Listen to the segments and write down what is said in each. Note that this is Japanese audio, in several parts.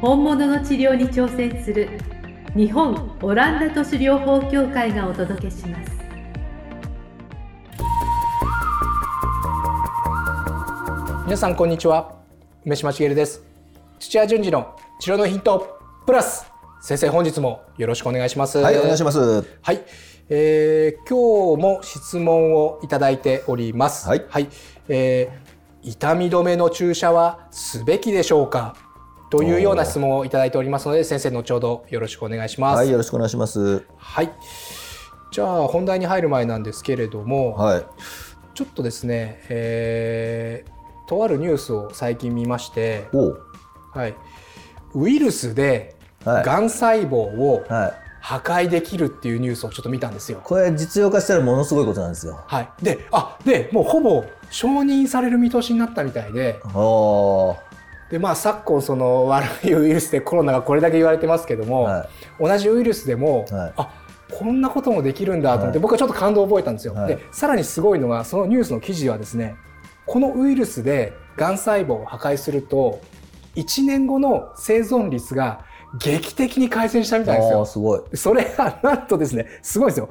本物の治療に挑戦する日本オランダ都市療法協会がお届けします皆さんこんにちは梅島茂です土屋順次の治療のヒントプラス先生本日もよろしくお願いしますはい、お願いします。ははい、えー今日も質問をいただいておりますはいえー痛み止めの注射はすべきでしょうかというような質問をいただいておりますので先生後ほどよろしくお願いしますい、よろしくお願いします。はい、じゃあ本題に入る前なんですけれども、はい、ちょっとですね、えーとあるニュースを最近見まして、おうはい、ウイルスではいがん細胞をはい、破壊できるっていうニュースをちょっと見たんですよ。これ実用化したらものすごいことなんですよ。はい、であでもうほぼ承認される見通しになったみたいでおーで、まあ、昨今その悪いウイルスでコロナがこれだけ言われてますけども、は同じウイルスでも、はいあこんなこともできるんだと思って、はい僕はちょっと感動を覚えたんですよ。はいでさらにすごいのがそのニュースの記事ではですねこのウイルスでがん細胞を破壊すると1年後の生存率が劇的に改善したみい、あたいですーよ。すごい。それがなんとですねすごいですよ。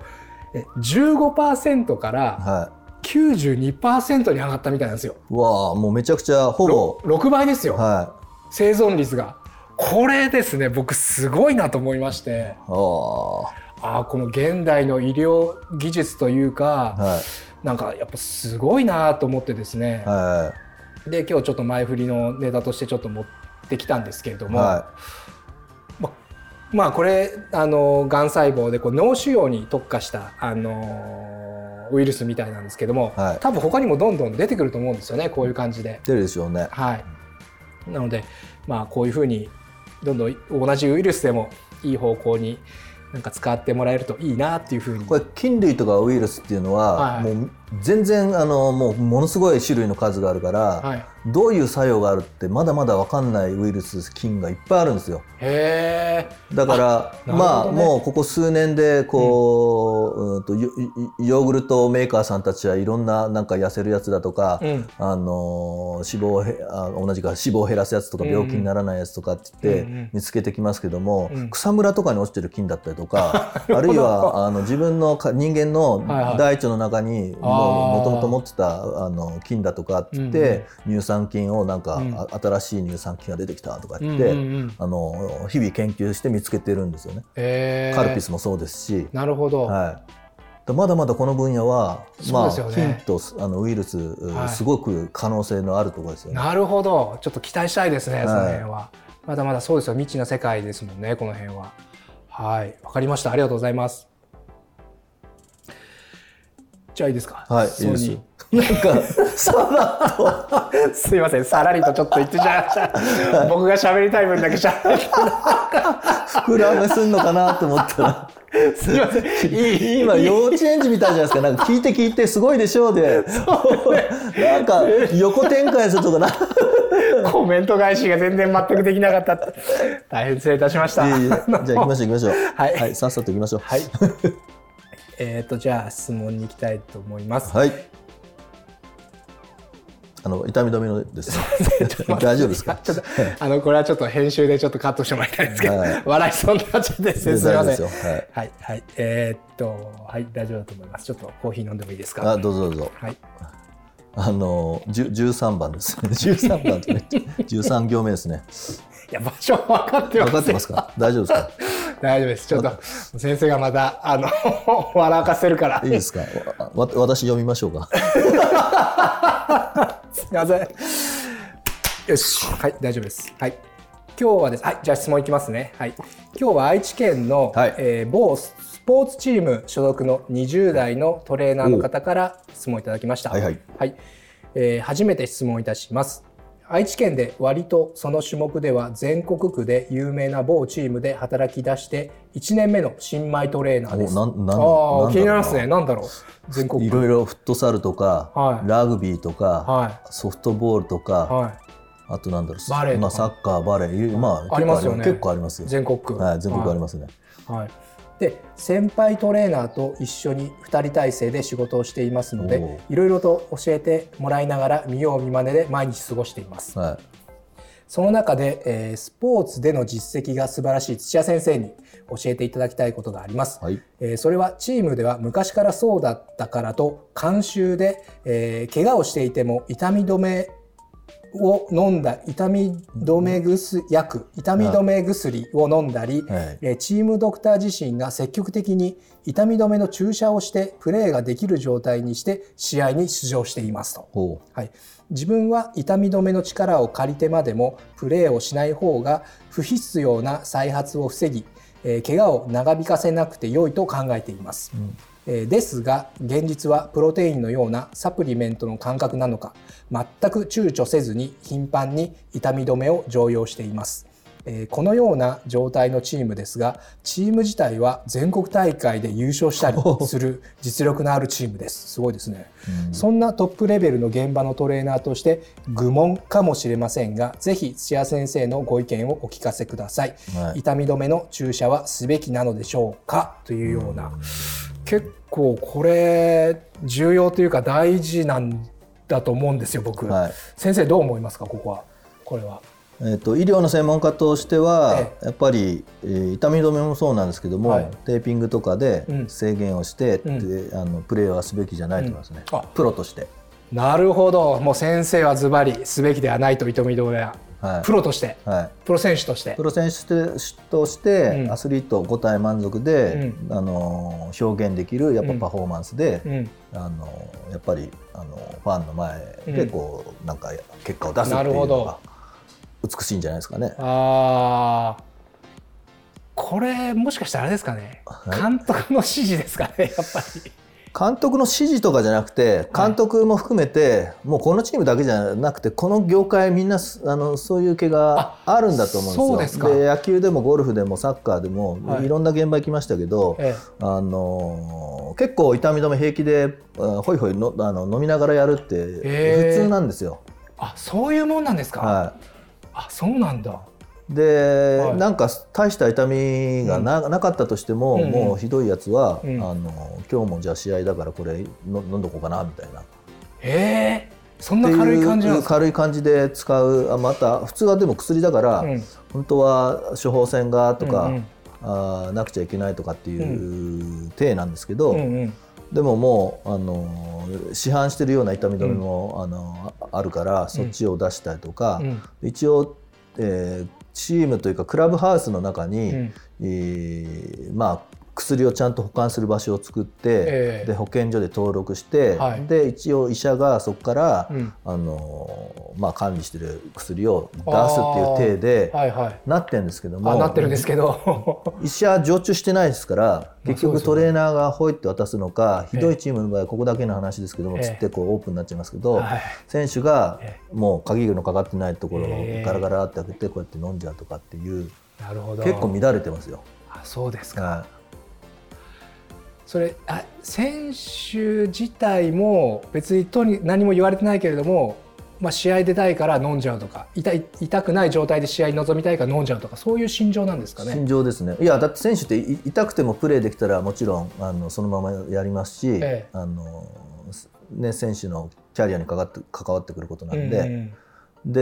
え15%からは92%に上がったみたいなんですよ。い、うわあ、もうめちゃくちゃほぼ。 6倍ですよ、は生存率が。これですね僕すごいなと思いまして。い、ああ、はあーこの現代の医療技術というか、い、なんかやっぱすごいなと思ってですね、はで今日ちょっと前振りのネタとしてちょっと持ってきたんですけれどい、も、はまあこれあのがん細胞でこう脳腫瘍に特化したあのウイルスみたいなんですけども、はい多分他にもどんどん出てくると思うんですよねこういう感じでい、。出るでしょうね。はい、なので、まあ、こういうふうにどんどん同じウイルスでもいい方向になんか使ってもらえるといいなっていうふうにこれ菌類とかウイルスっていうのはは、いもう全然あのもうものすごい種類の数があるから、はい、どういう作用があるってまだまだわかんないウイルス菌がいっぱいあるんですよ。へえだからあなるほどねまあもうここ数年でこう、うんとヨヨーグルトメーカーさんたちはいろんななんか痩せるやつだとか、うんあのー脂肪をへあ同じか脂肪を減らすやつとかうんうん病気にならないやつとかって言って、うんうん見つけてきますけども、うん草むらとかに落ちてる菌だったり とかあるいはあの自分のか人間のはいはい大腸の中にあーもともと持ってたあの菌だとかって言って、乳酸菌をなんか、うんあ新しい乳酸菌が出てきたとか言って。うんうんうんあの日々研究して見つけてるんですよね。へーカルピスもそうですし、なるほど、はい。だまだまだこの分野は、そうまであすよね菌とあのウイルス、はいすごく可能性のあるところですよね。なるほどちょっと期待したいですね、はいその辺はまだまだそうですよ未知な世界ですもんねこの辺ははいわかりましたありがとうございますじゃあいいですかはい、そうにいいですよ。なんかさらっとすいませんさらりとちょっと言ってしまいました 僕が喋りたい分だけ喋って膨らめすんのかなと思ったら、すいません いい今幼稚園児みたいじゃないですか。なんか聞いて聞いてすごいでしょ うで、なんか横展開すると かな。コメント返しが全然全くできなかったって大変失礼いたしましたいえいえじゃあ行きましょう行きましょう。はいさっさと行きましょう。はい。 えっとじゃあ質問に行きたいと思います。はい。あの痛み止めのです。 大丈夫ですか。 ちょっとあのこれはちょっと編集でちょっとカットしてもらいたいんですけど、はい笑いそうになっちゃってすみま大丈夫でせすん。よははいいはい、えーっとはい大丈夫だと思います。ちょっとコーヒー飲んでもいいですか。あ、どうぞどうぞ。はいあの十十三番です ね。十三番ですね。十三行目ですね。いや場所は分かってます。分かってますか。大丈夫ですか。 大丈夫です。ちょっと先生がまたあの 笑かせるから。いいですか。わわ私読みましょうか。すみません。よし、はい、大丈夫です。はい。今日はです。はい、じゃあ質問いきますね。はい。今日は愛知県の、はいえー某スポーツチーム所属の20代のトレーナーの方から質問いただきました。おうはいはい。えー初めて質問いたします。愛知県で割とその種目では全国区で有名な某チームで働き出して1年目の新米トレーナーです。おなんなあんなんだろうあな気になりますね。なんだろう全国い区ろいろフットサルとか、はいラグビーとか、はソフトボールとか、いはあとなんだろうバレーとかまあ、サッカーバレー、いまあ、ありますよね結構ありますいよ全国区はい、全国ありますね、はい、で先輩トレーナーと一緒に2人体制で仕事をしていますのおでういろいろと教えてもらいながら見よう見まねで毎日過ごしていますはいその中で、えースポーツでの実績が素晴らしい土屋先生に教えていただきたいことがあります、はいえーそれはチームでは昔からそうだったからと監修で、えー怪我をしていても痛み止めを飲んだ痛み止め薬薬痛み止め薬を飲んだり、はいえーチームドクター自身が積極的に痛み止めの注射をしてプレーができる状態にして試合に出場していますと、ほはい、自分は痛み止めの力を借りてまでもプレーをしない方が不必要な再発を防ぎ、えー怪我を長引かせなくて良いと考えています、えーですが現実はプロテインのようなサプリメントの感覚なのか全く躊躇せずに頻繁に痛み止めを常用していますえーこのような状態のチームですがチーム自体は全国大会で優勝したりす る実力のあるチームですすごいですね、そんなトップレベルの現場のトレーナーとして愚問かもしれませんがぜひ土屋先生のご意見をお聞かせください、はい痛み止めの注射はすべきなのでしょうかというような結構これ重要というか大事なんだと思うんですよ僕、はい先生どう思いますかここはこれはうえっと医療の専門家としてはえ、やっぱり、えー痛み止めもそうなんですけども、はいテーピングとかでうん制限をして、んであのプレーはすべきじゃないと思いますね、うんあプロとして、なるほどもう先生はズバリすべきではないと認めどうや、はいプロとしてはい、プロ選手としてプロ選手として、うんアスリート5体満足で、あのー表現できるやっぱうんパフォーマンスで、うんあのーやっぱりあのーファンの前でうんこう、なんか結果を出すっていなうるほのどが美しいんじゃないですかね。ああこれもしかしたらあれですかねい監督の指示ですかねやっぱり監督の指示とかじゃなくて監督も含めて、もうこのチームだけじゃなくてこの業界みんなすあのそういう気があるんだと思うんですよ。そうですか野球でもゴルフでもサッカーでも、はいい、ろんな現場行きましたけど、ええあのー結構痛み止め平気であホイホイのあの飲みながらやるってへー普通なんですよ。あそういうもんなんですか、はあそうなんだい、で、はいなんか大した痛みがな,、なかったとしても、うんうんもうひどいやつは、うんあの今日もじゃあ試合だからこれの飲んどこうかなみたいな。ええそんな軽い感じなんですか軽い感じで使うあまた普通はでも薬だから、うん本当は処方箋がとか、うんうんあーなくちゃいけないとかっていう体なんですけど、うんうんでももうあのー市販してるような痛み止めも、あのーあるからそっちを出したりとか、うん一応、えーチームというかクラブハウスの中に、うんえーまあ薬をちゃんと保管する場所を作って、ええで保健所で登録して、はいで一応医者がそこから、うんあのーまあ、管理してる薬を出すっていう体で、はいはいなってるんですけどもあなってるんですけど医者常駐してないですから結そうで局すよトねレーナーがほいって渡すのか、ええひどいチームの場合はここだけの話ですけども、ええつってこうオープンになっちゃいますけど、 はい選手がえもう鍵のかかってないところをええガラガラって開けてこうやって飲んじゃうとかっていうなるほど結構乱れてますよ。あそうですかはそれあ選手自体も別にとに何も言われてないけれども、まあ、試合出たいから飲んじゃうとか痛い痛くない状態で試合に臨みたいから飲んじゃうとかそういう心情なんですかいね。心情ですねいやだって選手ってい痛くてもプレーできたらもちろんあのそのままやりますし、ええあのね、選手のキャリアにかかって関わってくることなんで、うんうんで、え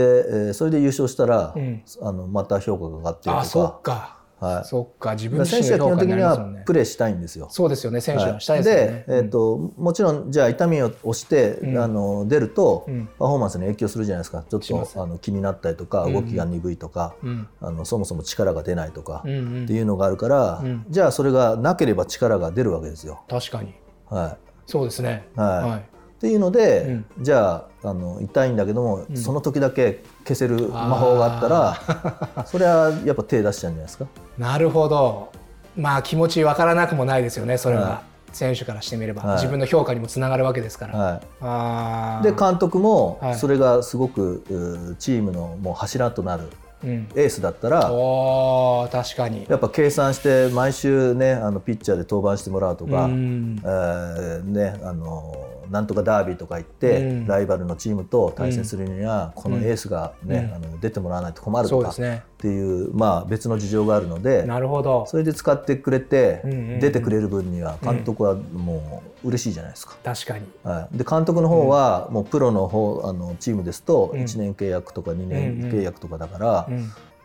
ーそれで優勝したら、うんあのまた評価が上がってるあとそかっか、はいそっか自分だから自身選の評手は基本価的になにりますもはんね。プレーしたいんですよ。そうですよね選手はしたいですよねで。、えーともちろんじゃあ痛みを押して、うんあの出ると、うんパフォーマンスに影響するじゃないですかちょっしますとあの気になったりとかうん動きが鈍いとか、うんあのそもそも力が出ないとか、うんうんっていうのがあるから、うんじゃあそれがなければ力が出るわけですよ。確かにはそうですね。いはいはいっていうので、じゃああの痛いんだけども、うんその時だけ消せる魔法があったら それはやっぱ手出しちゃうんじゃないですか。なるほどまあ気持ちわからなくもないですよねそれは。選手からしてみれば、自分の評価にもつながるわけですから。はい、あで監督もそれがすごく、チームのもう柱となるうん、エースだったら、う確かにやっぱ計算して毎週ねあのピッチャーで登板してもらうとか、うん、えー、ね、あのなんとかダービーとか行って、うん、ライバルのチームと対戦するには、このエースがね、ねあの出てもらわないと困るとか、ね、っていう、まあ、別の事情があるのでなるほどそれで使ってくれて、出てくれる分には監督はもう嬉しいじゃないですか。確かに、はい、で監督の方は、もうプロの方あのチームですと1年契約とか2年契約とかだから。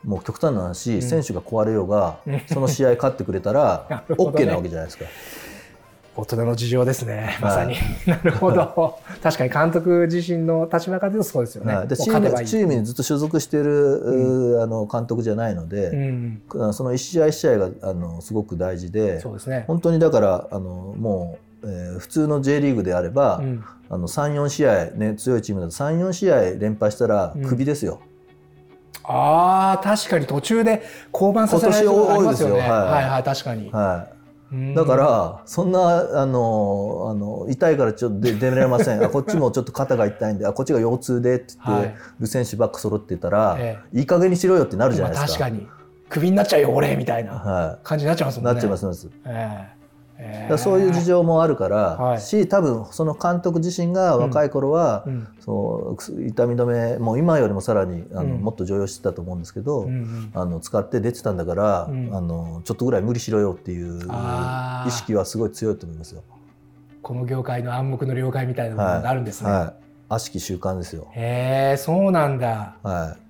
もう極端な話、選手が壊れようが、その試合勝ってくれたら OK なわけじゃないですか。大人の事情ですね、まさに。 なるほど。確かに監督自身の立場からとそうですよね。チームにずっと所属している、あの監督じゃないので、その一試合一試合があのすごく大事で、そうですね、本当にだからあのもう、え普通の J リーグであれば、あの3、4試合、ね、強いチームだと3、4試合連敗したらクビですよ。ああ確かに途中で降板させられることありますよね。よはい、はい確かに。はいだから、そんな、あの、あの、痛いからちょっと出出られませ ん。あ、こっちもちょっと肩が痛いんで、あ、こっちが腰痛でって言って、る選手ばっか揃ってたら、ええ、いい加減にしろよってなるじゃないですか。確かに。クビになっちゃうよ、俺みたいな感じになっちゃいますもんね。なっちゃいます、なっちゃえー、そういう事情もあるから、し多分その監督自身が若い頃は、そう痛み止めもう今よりもさらにあの、もっと常用してたと思うんですけど、あの使って出てたんだから、あのちょっとぐらい無理しろよっていう意識はすごい強いと思いますよ。この業界の暗黙の了解みたいなものがあるんですね。悪しき習慣ですよ。へえ、そうなんだ。はい。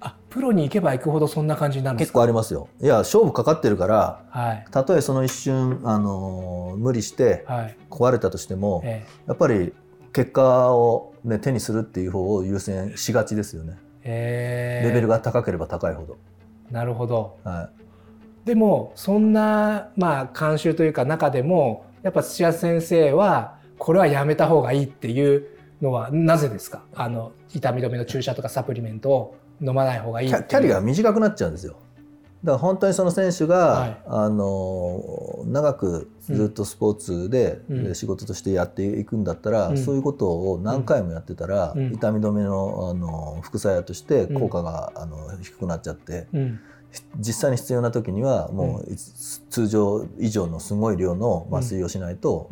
あプロに行けば行くほどそんな感じになる結構ありますよいや勝負かかってるから、はい、たとえその一瞬、あのー、無理して壊れたとしても、はい、やっぱり結果を、ね、手にするっていう方を優先しがちですよね、えー、レベルが高ければ高いほどなるほど、はい、でもそんな、まあ、慣習というか中でもやっぱ土屋先生はこれはやめた方がいいっていうのはなぜですかあの痛み止めの注射とかサプリメントを飲まない方がいいキャリアが短くなっちゃうんですよだから本当にその選手が、はい、あの長くずっとスポーツで、うん、仕事としてやっていくんだったら、うん、そういうことを何回もやってたら、うん、痛み止めのあの副作用として効果が、あの低くなっちゃって、実際に必要な時にはもう、通常以上のすごい量の麻酔をしないと、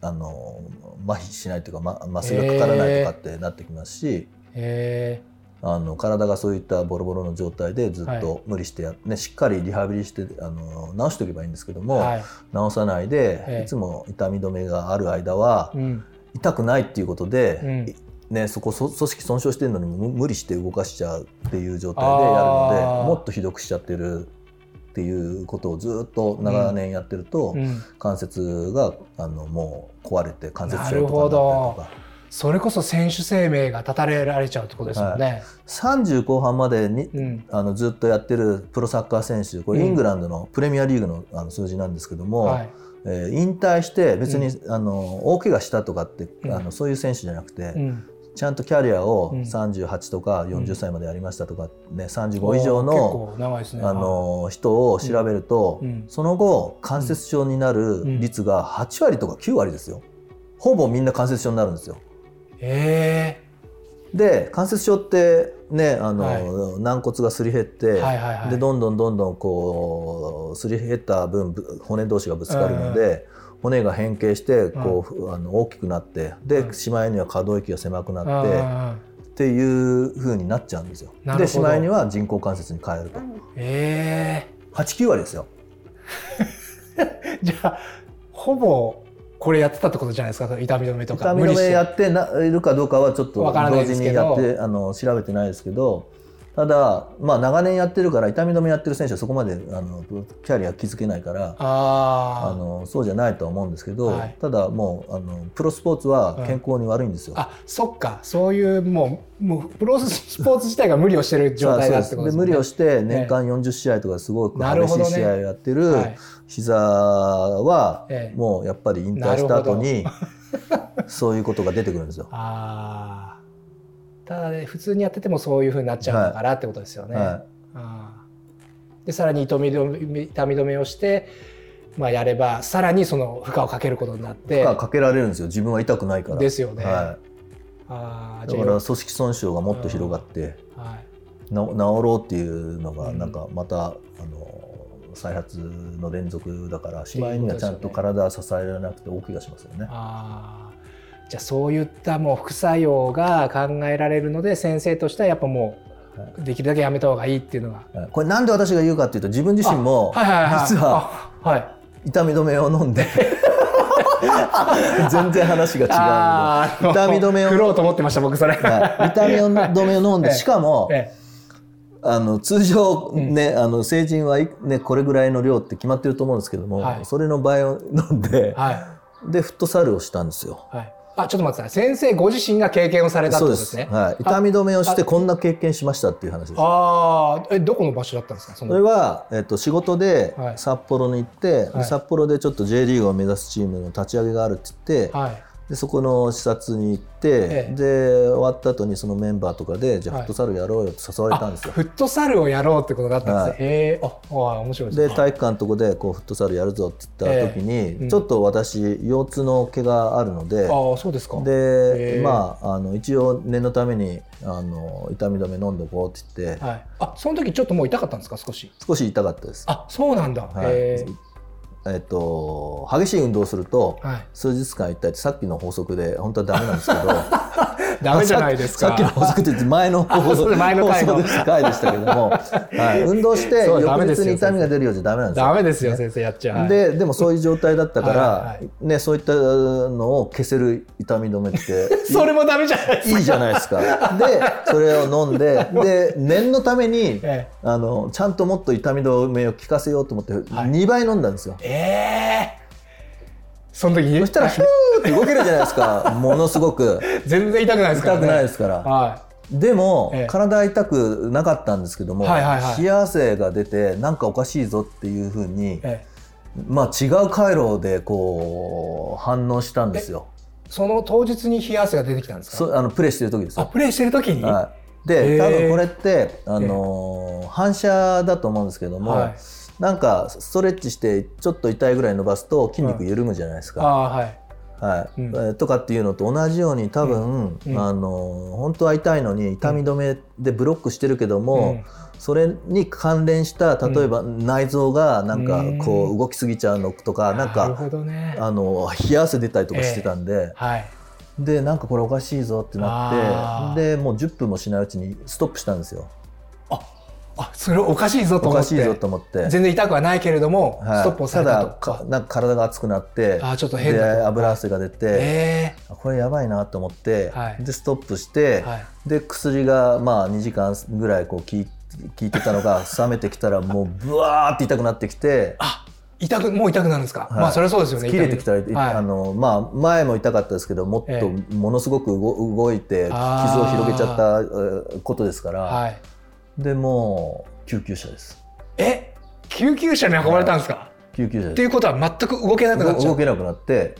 あの麻痺しないというか、ま、麻酔がかからないとかってなってきますし。えーあの体がそういったボロボロの状態でずっと無理してや、ね、しっかりリハビリしてあの治しておけばいいんですけども、はい、治さないで、い、つも痛み止めがある間は、痛くないっていうことで、ね、そこ組織損傷してるのに無理して動かしちゃうっていう状態でやるのでもっとひどくしちゃってるっていうことをずっと長年やってると、関節があのもう壊れて関節症とかになったりとか。それこそ選手生命が断たれられちゃうってことですよね。はい、 30後半までに、うん、あのずっとやってるプロサッカー選手これイングランドのプレミアリーグのあの数字なんですけども、はい、えー、引退して別に、うん、あの大怪我したとかって、うん、あのそういう選手じゃなくて。ちゃんとキャリアを38とか40歳までやりましたとか、ね、35以上の,、あの人を調べると、その後関節症になる率が8割とか9割ですよほぼみんな関節症になるんですよ。えー、で関節症ってねあの、はい、軟骨がすり減って、でどんどんどんどんこうすり減った分骨同士がぶつかるので、うん、骨が変形してこう、うん、あの大きくなってで、しまいには可動域が狭くなって。うん、っていう風になっちゃうんですよ。でしまいには人工関節に変えると。ええー。8、9割ですよ。 じゃあほぼこれやってたってことじゃないですか痛み止めとか痛み止めやっているかどうかはちょっと同時にやってあの調べてないですけどただ、まあ、長年やってるから痛み止めやってる選手はそこまであのキャリア築けないからあのそうじゃないとは思うんですけど、はい、ただもうあのプロスポーツは健康に悪いんですよ。うん、あそっかそういうもうもうプロスポーツ自体が無理をしてる状態だってことですね無理をして年間40試合とかすごく激しい試合をやってる、ね、はい膝はもうやっぱり引退した後に そういうことが出てくるんですよ。あただ、ね、普通にやっててもそういうふうになっちゃうからってことですよね。はいはい、でさらに痛み止めをしてまあ、やればさらにその負荷をかけることになって負荷かけられるんですよ自分は痛くないからですよね、はあーい、だじゃかあら組織損傷がもっと広がって、はいな治ろうっていうのがうんなんかまた、あの再発の連続だからしまいにはちゃんと体支えられなくて大怪我しますよね。あーじゃあそういったもう副作用が考えられるので先生としてはやっぱもはうできるだけやめた方がいいっていうのが。はいこれなんで私が言うかっていうと自分自身もはいはいはい、実はあはい、痛み止めを飲んで 全然話があーあの痛み止めを振ろうと思ってました僕それ。違うんで、はい痛み止めを飲んで ええしかもえあの通常んね、あの成人はい、ね、これぐらいの量って決まってると思うんですけども、はいそれの倍を飲んでえ、はいでフットサルをしたんですよ。はい。あちょっと待ってください先生ご自身が経験をされたってそこうとでですすね。はい、痛み止めをしてこんな経験しましたっていう話です。ああえどこの場所だったんですかそそれの。は、えっと、仕事ではい札幌に行って、はいで札幌でちょっと J リーグを目指すチームの立ち上げがあるって言って、はいでそこの視察に行って、えで終わった後にそのメンバーとかでじゃあはフいットサルやろうよって誘われたんですよ。フットサルをやろうってことだったんですね。へえああー面白いですでね。体育館のとこでこうフットサルやるぞって言った時に、うんちょっと私腰痛の怪があるので。ああそうですか。でへーまあ、あの一応念のためにあの痛み止め飲んどこうって言って、はい、あその時ちょっともう痛かったんですか少し少し痛かったです。あそうなんだ、はいへーえっと、激しい運動をすると、はい数日間痛いってさっきの法則で本当はダメなんですけど ダメじゃないですか さっきの法則って前のあ法 そう則です前の回の法則です回でしたけど も、はい、運動してそう翌ダメで日すよに痛みが出るようじゃダメなんですよ。ダメですよ先生やっちゃう、はいででもそういう状態だったかはら、いはいね、そういったのを消せる痛み止 めってそれもダメじゃないですいいじゃないですか。 でそれを飲んでで念のためにか、えあのちゃんともっと痛み止めを効かせようと思ってはい2倍飲んだんですよ。ええーその時そしたらヒューって動けるじゃないで すかものすごく全然痛くないですから、痛ね、くないでですから。はでも、ええ体は痛くなかったんですけども、はいはいはい冷や汗が出てなんかおかしいぞっていうふうにい、、えまあ、違う回路でこう反応したんですよえその当日に冷や汗が出てきたんですかそあのプレーしてる時ですあよ。プレイしてる時に、はい、で多へえ分これって、あのー反射だと思うんですけども、はいなんかストレッチしてちょっと痛いぐらい伸ばすと筋肉緩むじゃないですか。ああはいはういんえーとかっていうのと同じように多分、うんあの本当は痛いのに痛み止めでブロックしてるけども、それに関連した例えば内臓がなんかこうう動きすぎちゃうのとかうん、なんなるかほどねあの冷や汗出たりとかしてたんで、はいでなんかこれおかしいぞってなあっーてでもう10分もしないうちにストップしたんですよあそれおかしいぞとお思かっしいてぞと思って。全然痛くはないけれども、はいストップをされたただとかかなんか体が熱くなってあーちょっと変でなとこ油汗が出て、えあこれやばいなと思って、はいでストップして、えはいで薬がまあ2時間ぐらいこう効い効いてたのが 冷めてきたらもうブワーって痛くなって きてあ痛くもう痛くなるんですか、はいまあそれはそうですよね切れてきたら、痛みあはい、のまあ、前も痛かったですけどもっえとものすごく動動いて傷あーを広げちゃったえーことですから、はい、でもう救急車ですえ救急車に運ばれたんですか、救急車っていでうことは全く動けなくなっすちゃ動うけなくなって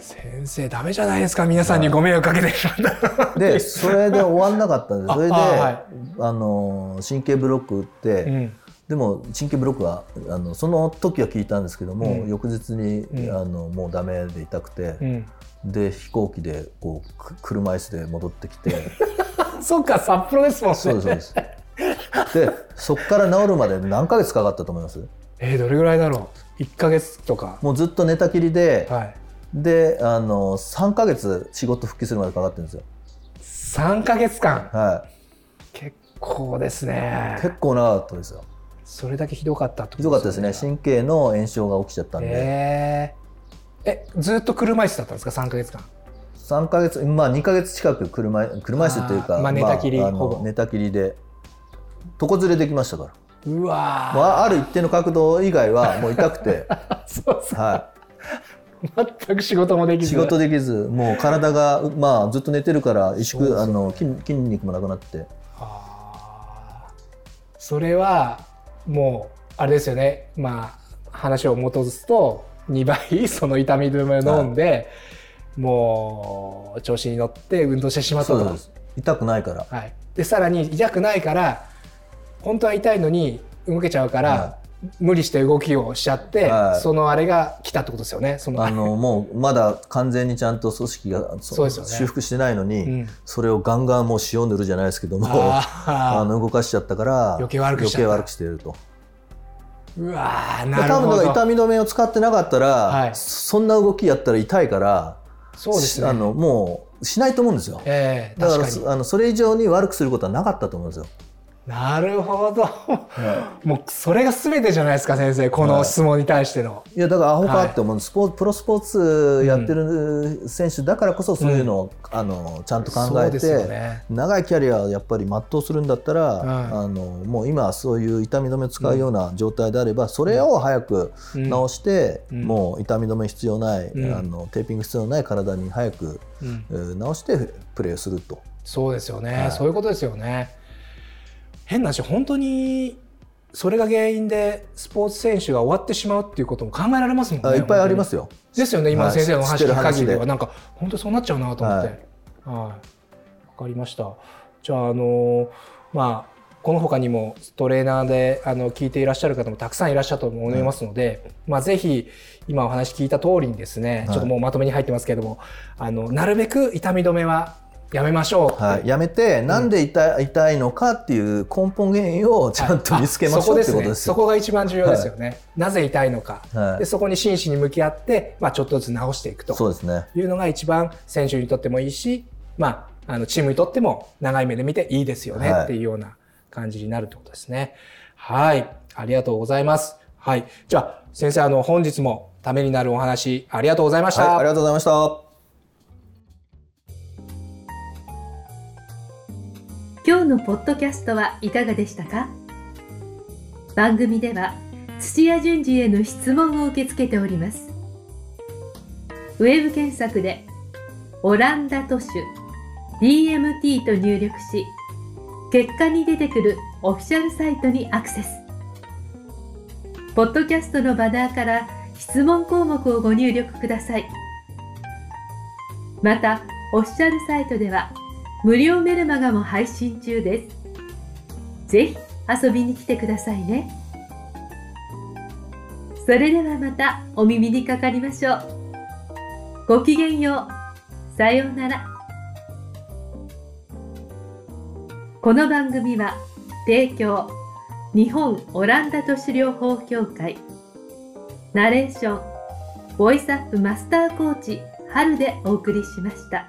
先生ダメじゃないですか皆さんにご迷惑かけてしま ったでそれで終わんなかったんですそれ でああ、はの神経ブロック打って、うんでも神経ブロックはあのその時は聞いたんですけども、うん翌日に、うんあのもうダメで痛くうて、ん、で飛行機でこうく車椅子で戻ってき てそっか札幌ですもんねそうですそうですでそっから治るまで何ヶ月かかったと思いますえーどれぐらいだろう1か月とかもうずっと寝たきりで、はいであの3ヶ月仕事復帰するまでかかってるんですよ、 3か月間は結構ですい、ね結構長かったですよそれだけひどかったってひことどかったですね神経の炎症が起きちゃったんで、えー、えずっと車椅子だったんですか3か月間三3ヶ月まあ2ヶ月近く車い車椅子っていうあかーまあ寝たきりあのほぼ寝たきりで床連れできましたからうわーまあ、ある一定の角度以外はもう痛くて、 そうそうは全く仕事もできい、ず仕事できずもう体が、まあ、ずっと寝てるから萎そうです縮よねあの筋筋肉もなくなってあーそれはもうあれですよねまあ話を戻すと2倍 その痛み止めを飲んで、もう調子に乗って運動してしまったそとうです痛くないからはい、でさらに痛くないから本当は痛いのに動けちゃうから、無理して動きをしちゃって、はいそのあれが来たってことですよね。そのあのもうまだ完全にちゃんと組織がそそうですよね修復してないのに、うんそれをガンガンもう塩塗るじゃないですけどもああの動かしちゃったから余計悪くしちゃった余計悪くしてるとーうわーなる多分ほだからど痛み止めを使ってなかったら、はいそんな動きやったら痛いからそうですあね、のもうしないと思うんですよええだか確らかにあのそれ以上に悪くすることはなかったと思うんですよ、なるほどもうそれが全てじゃないですか先生この質問に対しての、いやだからアホかはいって思う、スポーツプロスポーツやってる選手だからこそそういうのを、あのちゃんと考そうえですよて、ね長いキャリアをやっぱり全うするんだったら、うんあのもう今そういう痛み止めを使うような状態であれば、それを早くうん治して、うんもう痛み止め必要ない、うんあのテーピング必要ない体に早く、うんえー治してプレーすると。そうですよね、はいそういうことですよね変な話本当にそれが原因でスポーツ選手が終わってしまうっていうことも考えられますもんあねいっぱいありますすよ。ですよね今はのい先生のお話知って聞るく話で限りでは、なんか本当にそうなっちゃうなと思ってははいわ、かりましたじゃああのまあこの他にもトレーナーであの聞いていらっしゃる方もたくさんいらっしゃると思いますので、まあ、ぜひ今お話聞いた通りにですね、いちょっともうまとめに入ってますけれどもあのなるべく痛み止めはやめましょうって、はい、やめて、なんで痛い痛いのかっていう根本原因をちゃんと見つけましょうってそことですよ。こですねそこが一番重要ですよね、なぜ痛いのか、はいでそこに真摯に向き合って、まあ、ちょっとずつ治していくとそうですね。いうのが一番選手にとってもいいし、まあ、あのチームにとっても長い目で見ていいですよねはいっていうような感じになるってことですね。はい。ありがとうございます。はい。じゃあ、先生、あの、本日もためになるお話、ありがとうございました。はい、ありがとうございました。今日のポッドキャストはいかがでしたか番組では土屋順次への質問を受け付けておりますウェブ検索で「オランダ都市 DMT」と入力し結果に出てくるオフィシャルサイトにアクセスポッドキャストのバナーから質問項目をご入力くださいまたオフィシャルサイトでは「無料メルマガも配信中です。ぜひ遊びに来てくださいね。それではまたお耳にかかりましょう。ごきげんよう。さようなら。この番組は提供日本オランダ都市療法協会ナレーションボイスアップマスターコーチ春でお送りしました。